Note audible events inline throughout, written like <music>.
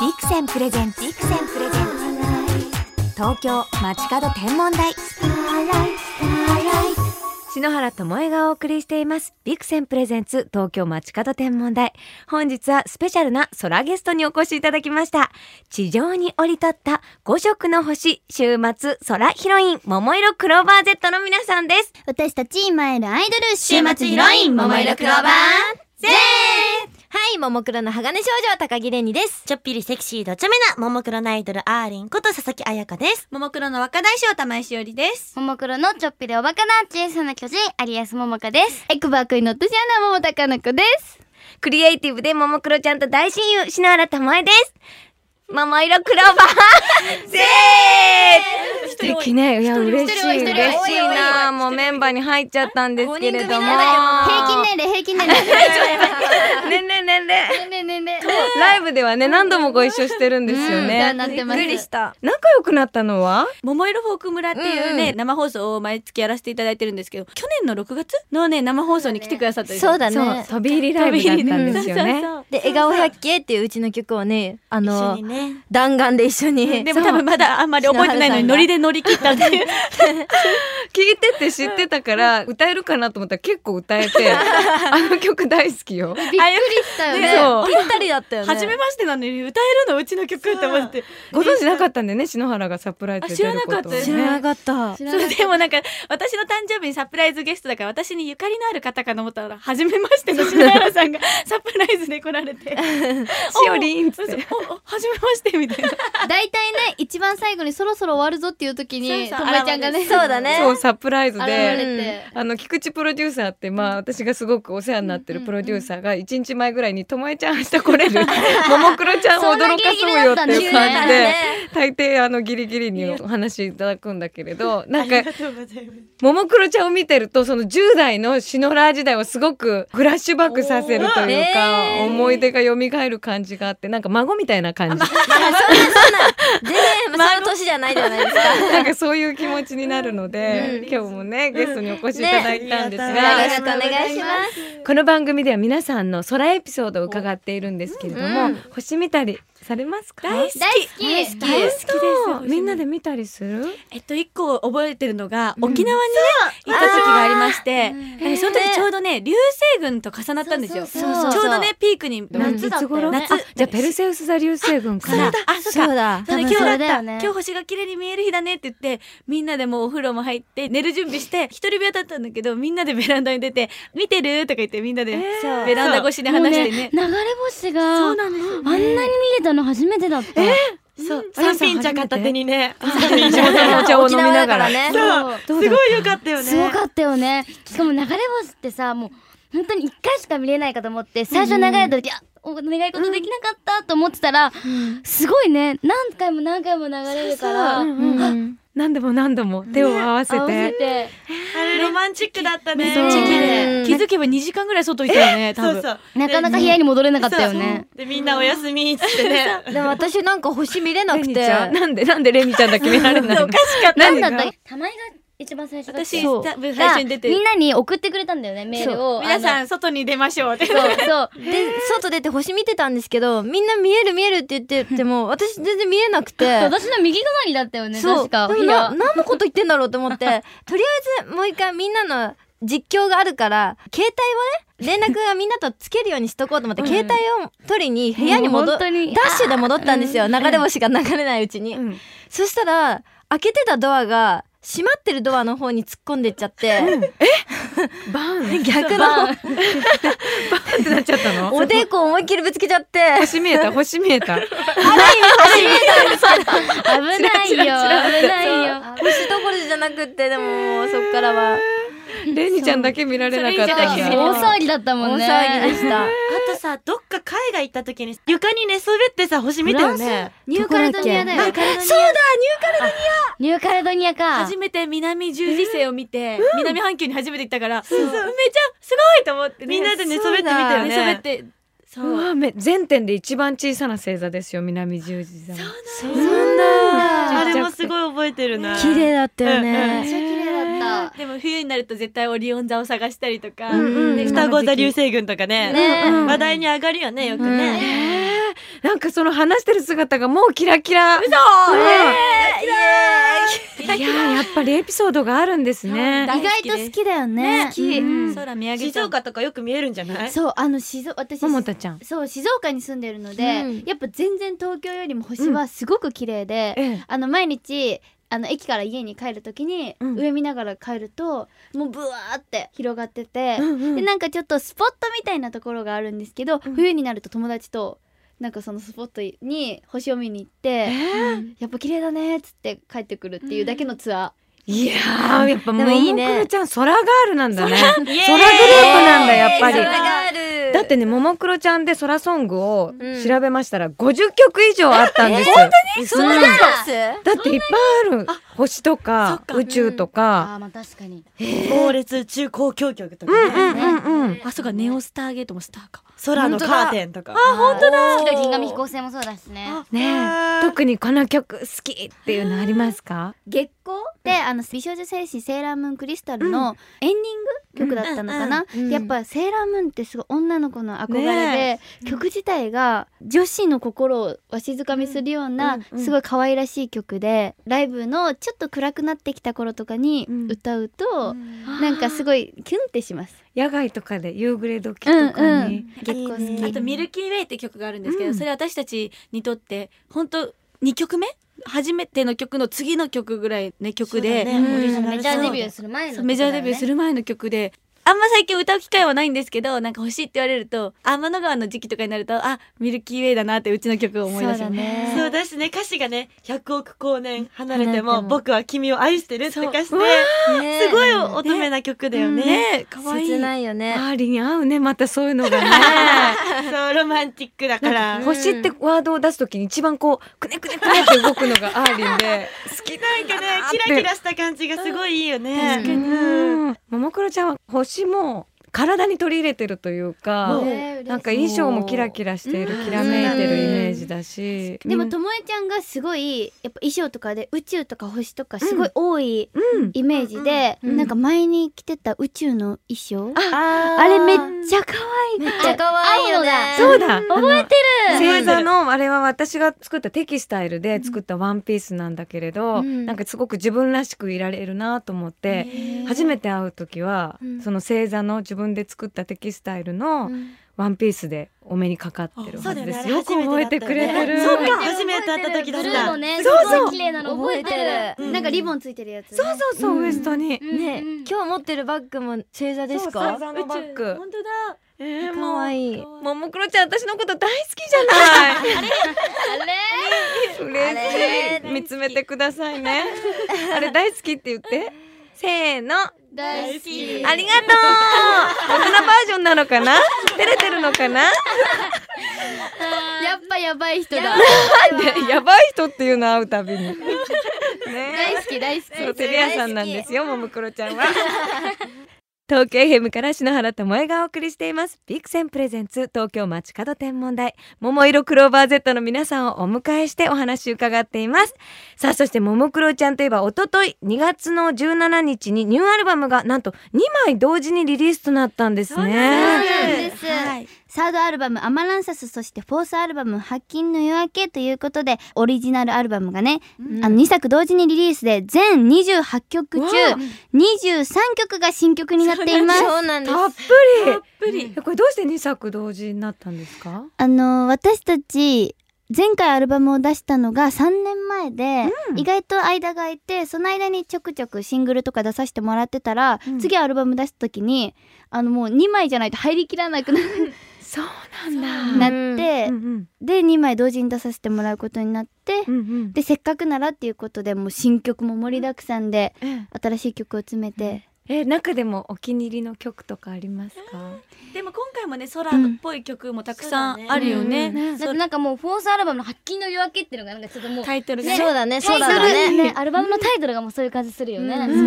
ビクセンプレゼンツ。ビクセンプレゼンツ。東京街角天文台。篠原智恵がお送りしています。ビクセンプレゼンツ東京街角天文台。本日はスペシャルな空ゲストにお越しいただきました。地上に降り立った5色の星、週末空ヒロイン、桃色クローバー Z の皆さんです。私たち今いるアイドル週末ヒロイン桃色クローバー Z はい、ももクロの鋼少女、高木れにです。ちょっぴりセクシーどちゃめな、ももクロのアイドル、アーリンこと佐々木彩香です。ももクロの若大将、玉井しおりです。ももクロのちょっぴりおバカな小さな巨人、有安ももかです。エクバークイのトシアナももたかの子です。クリエイティブでももクロちゃんと大親友、篠原ともえです。桃色クローバー Z! 素敵ね。いや、嬉し一人多いい。一人多い嬉しいな。もうメンバーに入っちゃったんですけれども。平均年齢、平均年齢。年齢年齢。年齢、年齢。ライブではね、何度もご一緒してるんですようんね。なってます。た。仲良くなったのは桃色フォーク村っていうね、生放送を毎月やらせていただいてるんですけど、去年の6月のね、生放送に来てくださったりそうだそう、ね。飛び入りライブだったんですよね。で、笑顔百景っていううちの曲をね、あ一緒のに、ね。弾丸で一緒に。でも多分まだあんまり覚えてないのに、ノリで乗り切ったっていう。聞いてて知ってたから歌えるかなと思ったら結構歌 <laughs> えてあの曲大好きよ。びっくりしたよねね。そうぴったりだったよね。初めましてなのに、歌えるのうちの曲って思って。ご存知なかったんでね篠原がサプライズで出ることをあね知らなかった。知そらなかれっでもなんか、私の誕生日にサプライズゲストだから、私にゆかりのある方かと思ったら、初めましての篠原さん <laughs> がサプライズで来られ <laughs> て。し <laughs> おりんっつそっうそうて。おお初めましてみたいな。た大体ね、一番最後にそろそろ終わるぞっていう時に、そうとそうもえちゃんがね、そうだね。そうサプライズ現で。れて。あの菊池プロデューサーってまあ私がすごくお世話になってるプロデューサーが1日前ぐらいに「ともえちゃん明日来 <laughs> れるももクロちゃんを驚かそうよ」そんっていうなギリギリだったん感じでで大抵あのギリギリにお話しいただくんだけれどなんかとうございます。ももクロちゃんを見てるとその10代のシノラー時代をすごくフラッシュバックさせるというか、おーえー思い出が蘇る感じがあってなんか孫みたい <laughs> な感じ全然、まあその年じゃないじゃないですか。なんかそういう気持ちになるので、うん今日もねゲストにお越しいただいたんですが、ねありがとうござおいます願いします。この番組では皆さんの空エピソードを伺っているんですけれども、うん星見たりされますか大好き。大好き。大好大好きです本当みんなで見たりするえっと、一個覚えてるのが、沖縄にね、行った時がありまして、なんかその時ちょうどね、流星群と重なったんですよ。ちそょうそうそううどね、ピークに。夏だったよねいつ頃夏あじゃあペルセウス座流星群そかうらだ。あ、そうそかう。だ。そうだ多今分日だっそれだた、よね今日星が綺麗に見える日だねって言ってみんなでもうお風呂も入って寝る準備して一人部屋だったんだけどみんなでベランダに出て「見てる?」とか言ってみんなで、そうベランダ越しで話してね流れ星が、そあうんななんですよに見れたの初めてだった。え <laughs> そうあやさんにね地元 <laughs> のお茶を飲み沖縄だながらからねそう。どうだったいよかったよすごかったよね。しかも流れ星ってさ、もう本当に一回しか見れないかと思って、最初流れた時、あ、お願い事できなかったと思ってたら、すごいね、何回も何回も流れるから、そうそううんうん何度も何度も手を合わせ合わせて。て。あれロマンチックだったねそうめっちゃ綺麗うん気づけば2時間ぐらい外いたよね多分そうなかなか部屋に戻れなかったよね。でみんなお休みっつってね <laughs> でも私なんか星見れなレくミて。ちゃんなんでなんでレミちゃんだけ見られないのおかしかったなんだった玉井が一番最初だった私そう多分最が初に出てみんなに送ってくれたんだよね、メールを。皆ん。さん外に出ましょうってそう、そう。で、外出て星見てたんですけど、みんな見える見えるって言ってても、私全然見えなくて。私の右隣だったよね、確か。でも部な屋。何のこと言ってんだろうと思ってとりあえずもう一回みんなの実況があるから携帯をね連絡がみんなとつけるようにしとこうと思って、携帯を取りに部屋に戻もうっ本当ダ <laughs> にッシュで戻ったんですよ、流れ星が流れないうちに、うんそしたら開けてたドアが閉まってるドアの方に突っ込んでっちゃって、バーン逆のってなっちゃったのおでこ思いっきりぶつけちゃって星見えた星見えた危ないよ、危ないよ。星どころじゃなくってでももうそっからはレニちゃんだけ見られなかったそんれ以上だけだ大騒ぎだったも大んね。騒ぎでした。あとさどっか海外行った時に床に寝そべってさ星見たよねニューカレドニアだよ。そうニュだーカレドニアか。 <laughs> 初めて南十字星を見て、南半球に初めて行ったから、めちゃすごいと思ってね、みんなで寝そべってみたよね寝そべってそううわめ全点で一番小さな星座ですよ南十字座そうなんあだれもすごい覚えてるな綺麗だったようんめっね。ちゃ綺麗だった。でも冬になると絶対オリオン座を探したりとか、うんうんで双子座流星群とかねね話題に上がるよねよくねえーなんかその話してる姿がもうキラキラ。嘘、いやーやっぱりエピソードがあるんですね。意外と好きだよね。好きうん空見上げち静ゃう岡とかよく見えるんじゃないそうあの静私ももたちゃん。そう静岡に住んでるので、うんやっぱ全然東京よりも星はすごく綺麗で、ええあの毎日あの駅から家に帰るときに、うん上見ながら帰るともうブワーって広がってて、うんうんでなんかちょっとスポットみたいなところがあるんですけど、冬になると友達となんかそのスポットに星を見に行って、うんやっぱ綺麗だねっつって帰ってくるっていうだけのツアいやーやっぱもでももいいもねクロちゃん空ガールなんだね。空グルーエーイプなんだやっぱり。それがあるだってねももクロちゃんで空ソングをうん調べましたら50曲以上あったんです。本当に？そうなんですだっていっぱいある星とか宇宙とーか、あーまあ確かに猛烈中高教局とかうん、うね、んうんうんあそうかネオスターゲートもスターか空のカーテンとか本当だ銀紙飛行船もそうだしねねえ特にこの曲好きっていうのありますか月光で、あの美少女戦士セーラームーンクリスタルのエンディング曲だったのかな、うんうんでやっぱセーラームーンってすごい女の子の憧れで、ね曲自体が女子の心をわしづかみするような、うんうんうんすごい可愛らしい曲でライブのちょっと暗くなってきた頃とかにうん歌うと、なんかすごいキュンってします。野外とかで夕暮れ時とかに、月光好きいいねあと「ミルキーウェイ」って曲があるんですけど、うんそれ私たちにとって本当二2曲目初めての曲の次の曲ぐらいね曲で、そうだねうんオリジナルメジャーデビューそうする前の、そうメジャーデビューする前の曲で。あんま最近歌う機会はないんですけどなんか欲しいって言われると天の川の時期とかになるとあミルキーウェイだなってうちの曲を思い出しそうだますねそうだしね歌詞がね100億光年離れて離れてもも僕は君を愛してるって歌詞そううでわねすごい乙女な曲だよね,、ねえかわいい切ないよねアーリンに合うねまたそういうのがねそうロマンティックだからなんか星ってワードを出すときに一番こうくねくねくねって動くのがアーリンで好きなねキラキラした感じがすごいいいよね、確かうんももクロちゃんは星も体に取り入れてるというか、ねなんか衣装もキラキラしている、きらめいてるイメージだし、でもうんともえちゃんがすごいやっぱ衣装とかで宇宙とか星とかすごい多いうんイメージで、うんうんなんか前に着てた宇宙の衣装ああれめっちちゃ可愛いゃめっちゃ可愛いよねそうだ覚えてる星座のあれは私が作ったテキスタイルで作ったワンピースなんだけれど、うんなんかすごく自分らしくいられるなと思って、初めて会う時は、うんその星座の自分で作ったテキスタイルのんワンピースでお目にかかってるそはうだずよねです、あれよく覚えてくれてる初めてだったよねそうか覚え初めて会ったる時だったブルーのそねうそうすごい綺麗なの覚えてる覚えてるなんかリボンついてるやつね、そうそうそう、ウエストに、うんねうん今日持ってるバッグも星座ですそう星か座のバッグ本当だえー、もう可愛いももクロちゃん私のこと大好きじゃないあれ嬉あしれい見つめてください <laughs> ねあれ大好きって言ってせーのあ大好きりがとう大人バージョンなのか <laughs> な照れてるのかなやっぱやばい人だでやばい人っていうの会うたび <laughs> にね大好き大好きそうテレ屋さんなんですよももクロちゃんは <laughs> 東京 FM から篠原智恵がお送りしていますビクセンプレゼンツ東京街角天文台桃色クローバー Z の皆さんをお迎えしてお話伺っていますさあそしてももクロちゃんといえば一昨日2月の17日にニューアルバムがなんと2枚同時にリリースとなったんですそうねなんです、はいサードアルバム「アマランサス」そしてフォースアルバム「発金の夜明け」ということでオリジナルアルバムがね、あの2作同時にリリースで全28曲中わあ23曲が新曲になっています。そうなんですたったっぷぷりりこれどうして2作同時になったんですかあの私たち前回アルバムを出したのが3年前で、うん意外と間が空いてその間にちょくちょくシングルとか出させてもらってたら、うん次アルバム出す時にあのもう2枚じゃないと入りきらなくなそうなんなだって、うんうんで2枚同時に出させてもらうことになって、うんうんでせっかくならっていうことでもう新曲も盛りだくさんで、ええ新しい曲を詰めて、え中でもお気に入りの曲とかありますかでも今回もね空っぽい曲もたくさんあるよね,、うんうんそうなんかもうフォースアルバムの発金の夜明けっていうのがなんかちょっともうタイトルがそうだねそうだねねアルバムのタイトルがもうそういう感じするよね、なんかそ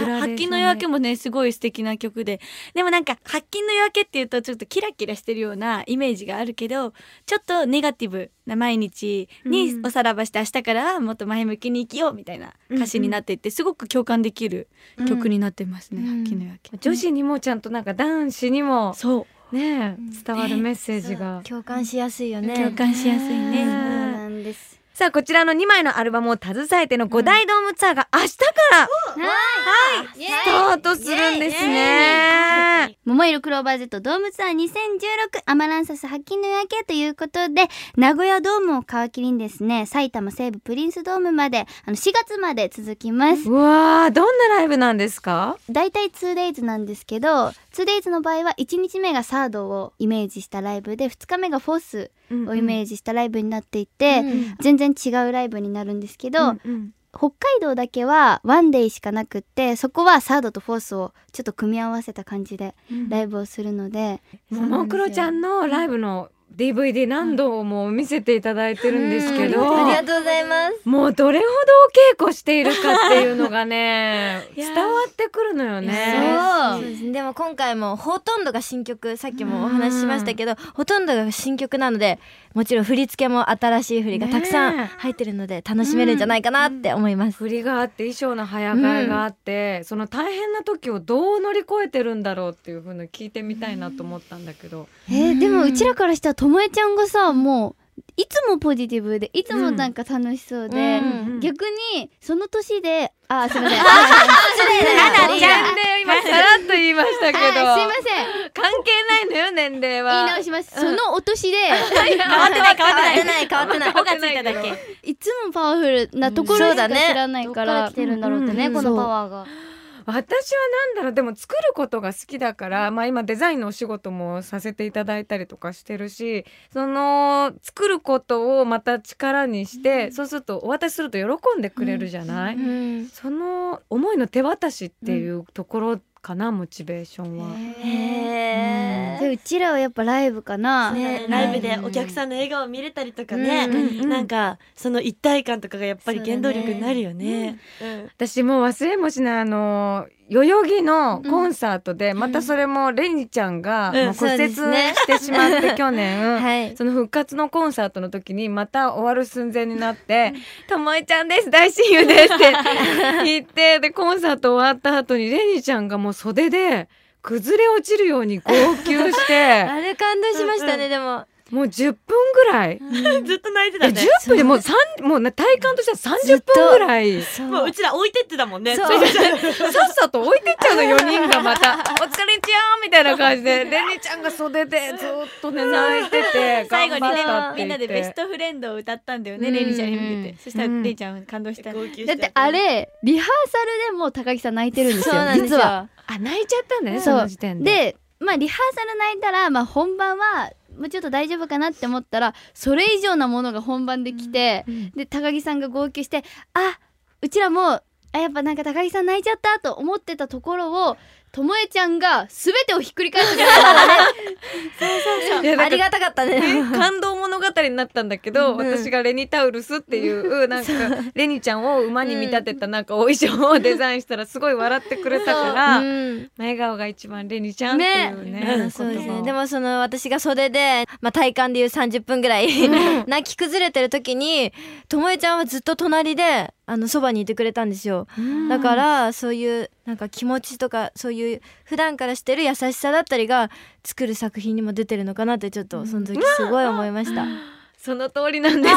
れが発金の夜明けもねすごい素敵な曲ででもなんか発金の夜明けっていうとちょっとキラキラしてるようなイメージがあるけどちょっとネガティブな毎日にうんおさらばして明日からはもっと前向きに生きようみたいな歌詞になっていてすごく共感できる曲になってますね、うん発金の夜明け、女子にもちゃんとなんか男子にもそうねえ伝わるメッセージが、共感しやすいよね共感しやすいねそうなんですさあこちらの2枚のアルバムを携えての5大ドームツアーが明日からはいイエーイスタートするんですね桃色クローバー Z ドームツアー2016アマランサス発金の夜明けということで名古屋ドームを皮切りにですね埼玉西部プリンスドームまであの4月まで続きますうわあどんなライブなんですか大体 2days なんですけど 2days の場合は1日目がサードをイメージしたライブで2日目がフォースをイメージしたライブになっていて、全然違うライブになるんですけど、北海道だけはワンデイしかなくってそこはサードとフォースをちょっと組み合わせた感じでライブをするので、ももクロちゃんのライブの DVD 何度も見せていただいてるんですけど、ありがとうございますもうどれほどお稽古しているかっていうのがね <laughs> 伝わってくるのよね。そうですねでも今回もほとんどが新曲さっきもお話ししましたけど、ほとんどが新曲なのでもちろん振り付けも新しい振りがたくさねえん入ってるので楽しめるんじゃないかなって思います、振りがあって衣装の早替えがあって、その大変な時をどう乗り越えてるんだろうっていうふうに聞いてみたいなと思ったんだけど、えーでもうちらからしたらともえちゃんがさもういつもポジティブでいつもなんか楽しそうで、うんうん逆にその年であーすいませんあななちゃあんで今さらっと言いましたけどーすいません関係ないのよ年齢言いは直しますそのお年で変わってない変わってないない変わってないほがついただけいつもパワフルなところそしうだかね知らないから,、どっから来てるんだろうってねこのパワーが私はなんだろうでも作ることが好きだから、まあ、今デザインのお仕事もさせていただいたりとかしてるしその作ることをまた力にして、そうするとお渡しすると喜んでくれるじゃない、うんその思いの手渡しっていうところかな、モチベーションは。へでーうちらはやっぱライブかな、ねライブでお客さんの笑顔見れたりとかね、うんうんなんかその一体感とかがやっぱり原動力になるよね。私もう忘れもしないあの代々木のコンサートで、またそれもレニちゃんが、うんもう骨そう折ですねしてし <laughs> まって、去年、はいその復活のコンサートの時にまた終わる寸前になって「ともえちゃんです大親友です」って <laughs> 言ってでコンサート終わった後にレニちゃんがもう袖で崩れ落ちるように号泣して <laughs> あれ感動しましたね、でももう10分ぐらい、ずっと泣いてえた <laughs> ね。 10分でもう三もうな体感としては30分ぐらい。そうもううちら置いてってたもんね。そうそうそうそうさっさと置いてっちゃうの4人がまた「お疲れちゃん」みたいな感じでレニちゃんが袖でずっとね泣いてて最後に頑ね張ったってみ言んなってでベストフレンドを歌ったんだよね、うんレイリちゃんに向けて、うんそしたらレイちゃん感動 <laughs> した、号泣しだたってあれリハーサルでもう高木さん泣いてるんですよそうなんですよ実はあ泣いちゃったんだねそそうの時点で。でまあリハーサル泣いたら、まあ、本番はもうちょっと大丈夫かなって思ったらそれ以上なものが本番で来て、うんで高木さんが号泣してあうちらもあやっぱなんか高木さん泣いちゃったと思ってたところをともえちゃんが全てをひっくり返してくれたからねいやだからありがたかったね感動物語になったんだけど、私がレニタウルスっていうなんかレニちゃんを馬に見立てたなんかお衣装をデザインしたらすごい笑ってくれたから、うん笑顔が一番レニちゃんっていうねねうんそうです言葉ねをでもその私が袖で、まあ、体感でいう30分ぐらい <laughs> 泣き崩れてる時にともえちゃんはずっと隣であのそばにいてくれたんですよだからそういうなんか気持ちとかそういう普段からしてる優しさだったりが作る作品にも出てるのかなってちょっとその時すごい思いました、その通りなんです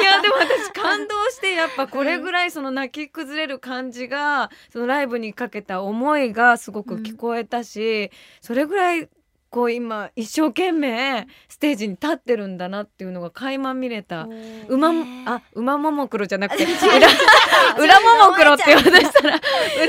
いやでも私感動してやっぱこれぐらいその泣き崩れる感じがそのライブにかけた思いがすごく聞こえたし、それぐらいこう今一生懸命ステージに立ってるんだなっていうのが垣間見れた馬もあ馬ももクロじゃなくて裏裏ももクロって言われたら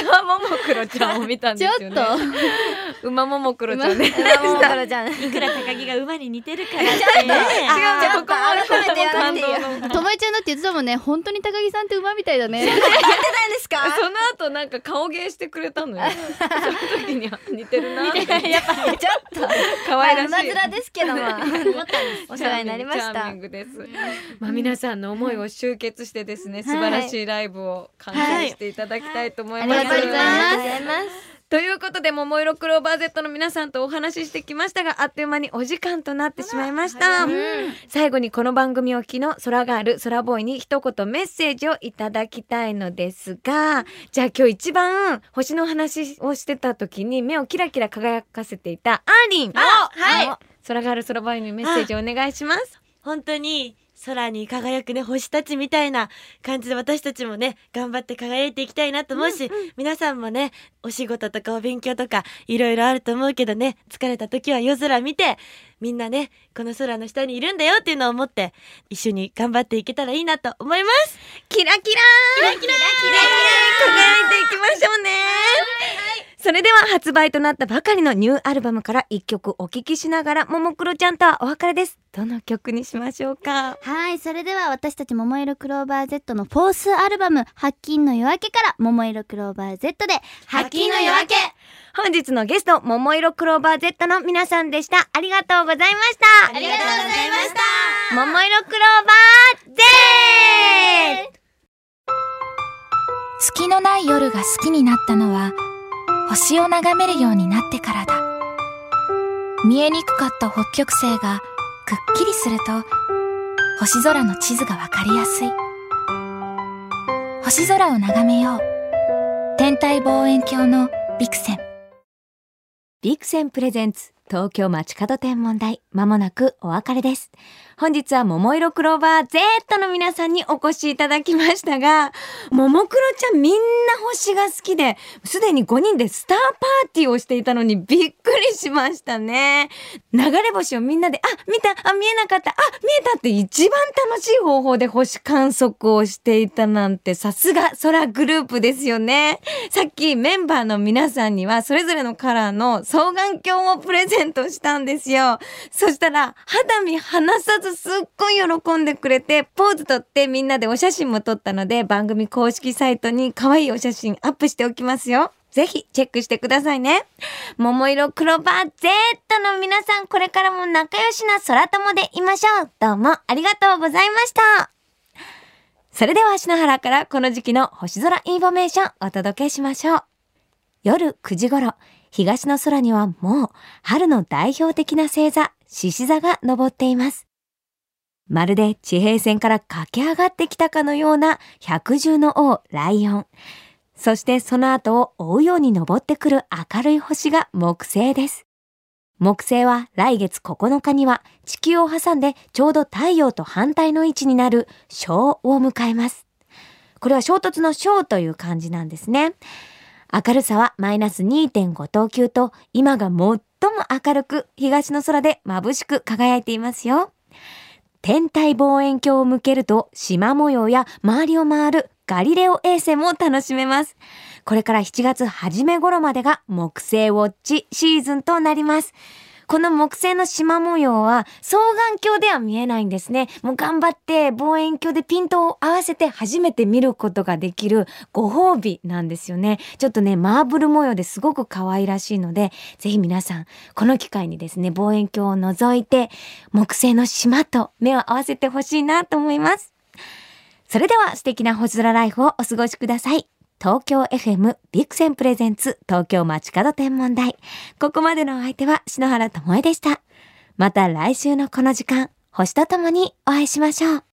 裏ももクロちゃんを見たんちでょっすよねと。 <laughs> 馬ももクロちゃんね裏ももからじゃん違ういくら高木が馬に似てるからって違うここ改めてやらなくていいよ言ってともえちゃんだって言ってたもんね本当に高木さんって馬みたいだねたんですか <laughs> その後なんか顔芸してくれたのよ。その時にあ似てるなって。やっぱ <laughs> ちょっと <laughs> 可ま愛あらし馬い。面ですけ <laughs> どもお世話になりましチャーたミングです。まあ皆さんの思いを集結してですね、素晴らしいライブを完成していただきたいと思います。ありがとうございますありがとうございますということで、ももいろクローバー Z の皆さんとお話ししてきましたが、あっという間にお時間となってしまいました。最後にこの番組をお聞きの空ガール、空ボーイに一言メッセージをいただきたいのですが、じゃあ今日一番星の話をしてた時に目をキラキラ輝かせていたアーリン。あはい空ガール、空ボーイにメッセージをお願いします。本当に空に輝くね星たちみたいな感じで私たちもね頑張って輝いていきたいなと思うし、皆さんもねお仕事とかお勉強とかいろいろあると思うけどね疲れた時は夜空見てみんなねこの空の下にいるんだよっていうのを思って一緒に頑張っていけたらいいなと思いますキラキラーキラキラキラキラ輝いていきましょうねそれでは発売となったばかりのニューアルバムから一曲お聴きしながらももクロちゃんとはお別れですどの曲にしましょうかはい、それでは私たち桃色クローバー Z のフォースアルバム、発金の夜明けから桃色クローバー Z で、発金の夜明け本日のゲスト桃色クローバー Z の皆さんでしたありがとうございましたありがとうございました桃色クローバー Z 月のない夜が好きになったのは星を眺めるようになってからだ見えにくかった北極星がくっきりすると星空の地図がわかりやすい星空を眺めよう天体望遠鏡のビクセンビクセンプレゼンツ東京街角天文台まもなくお別れです本日は桃色クローバー Z の皆さんにお越しいただきましたが桃黒ちゃんみんな星が好きですでに5人でスターパーティーをしていたのにびっくりしましたね流れ星をみんなであ見たあ見えなかったあ見えたって一番楽しい方法で星観測をしていたなんてさすが空グループですよねさっきメンバーの皆さんにはそれぞれのカラーの双眼鏡をプレゼントしたんですよ。そしたら肌身離さずすっごい喜んでくれてポーズ撮ってみんなでお写真も撮ったので番組公式サイトに可愛いお写真アップしておきますよ。ぜひチェックしてくださいね。桃色クロバー Z の皆さんこれからも仲良しな空友でいましょう。どうもありがとうございました。それでは篠原からこの時期の星空インフォメーションお届けしましょう。夜9時頃、東の空にはもう春の代表的な星座、獅子座が昇っています。まるで地平線から駆け上がってきたかのような百獣の王ライオン。そしてその後を追うように昇ってくる明るい星が木星です。木星は来月9日には地球を挟んでちょうど太陽と反対の位置になる小を迎えます。これは衝突の小という漢字なんですね。明るさはマイナス2.5等級と今が最も明るく東の空で眩しく輝いていますよ。天体望遠鏡を向けると縞模様や周りを回るガリレオ衛星も楽しめます。これから7月初め頃までが木星ウォッチシーズンとなります。この木星の縞模様は双眼鏡では見えないんですね。もう頑張って望遠鏡でピントを合わせて初めて見ることができるご褒美なんですよね。ちょっとね、マーブル模様ですごく可愛らしいので、ぜひ皆さん、この機会にですね、望遠鏡を覗いて、木星の島と目を合わせてほしいなと思います。それでは素敵な星空ライフをお過ごしください。東京 FM ビクセンプレゼンツ東京街角天文台。ここまでのお相手は篠原ともえでした。また来週のこの時間、星とともにお会いしましょう。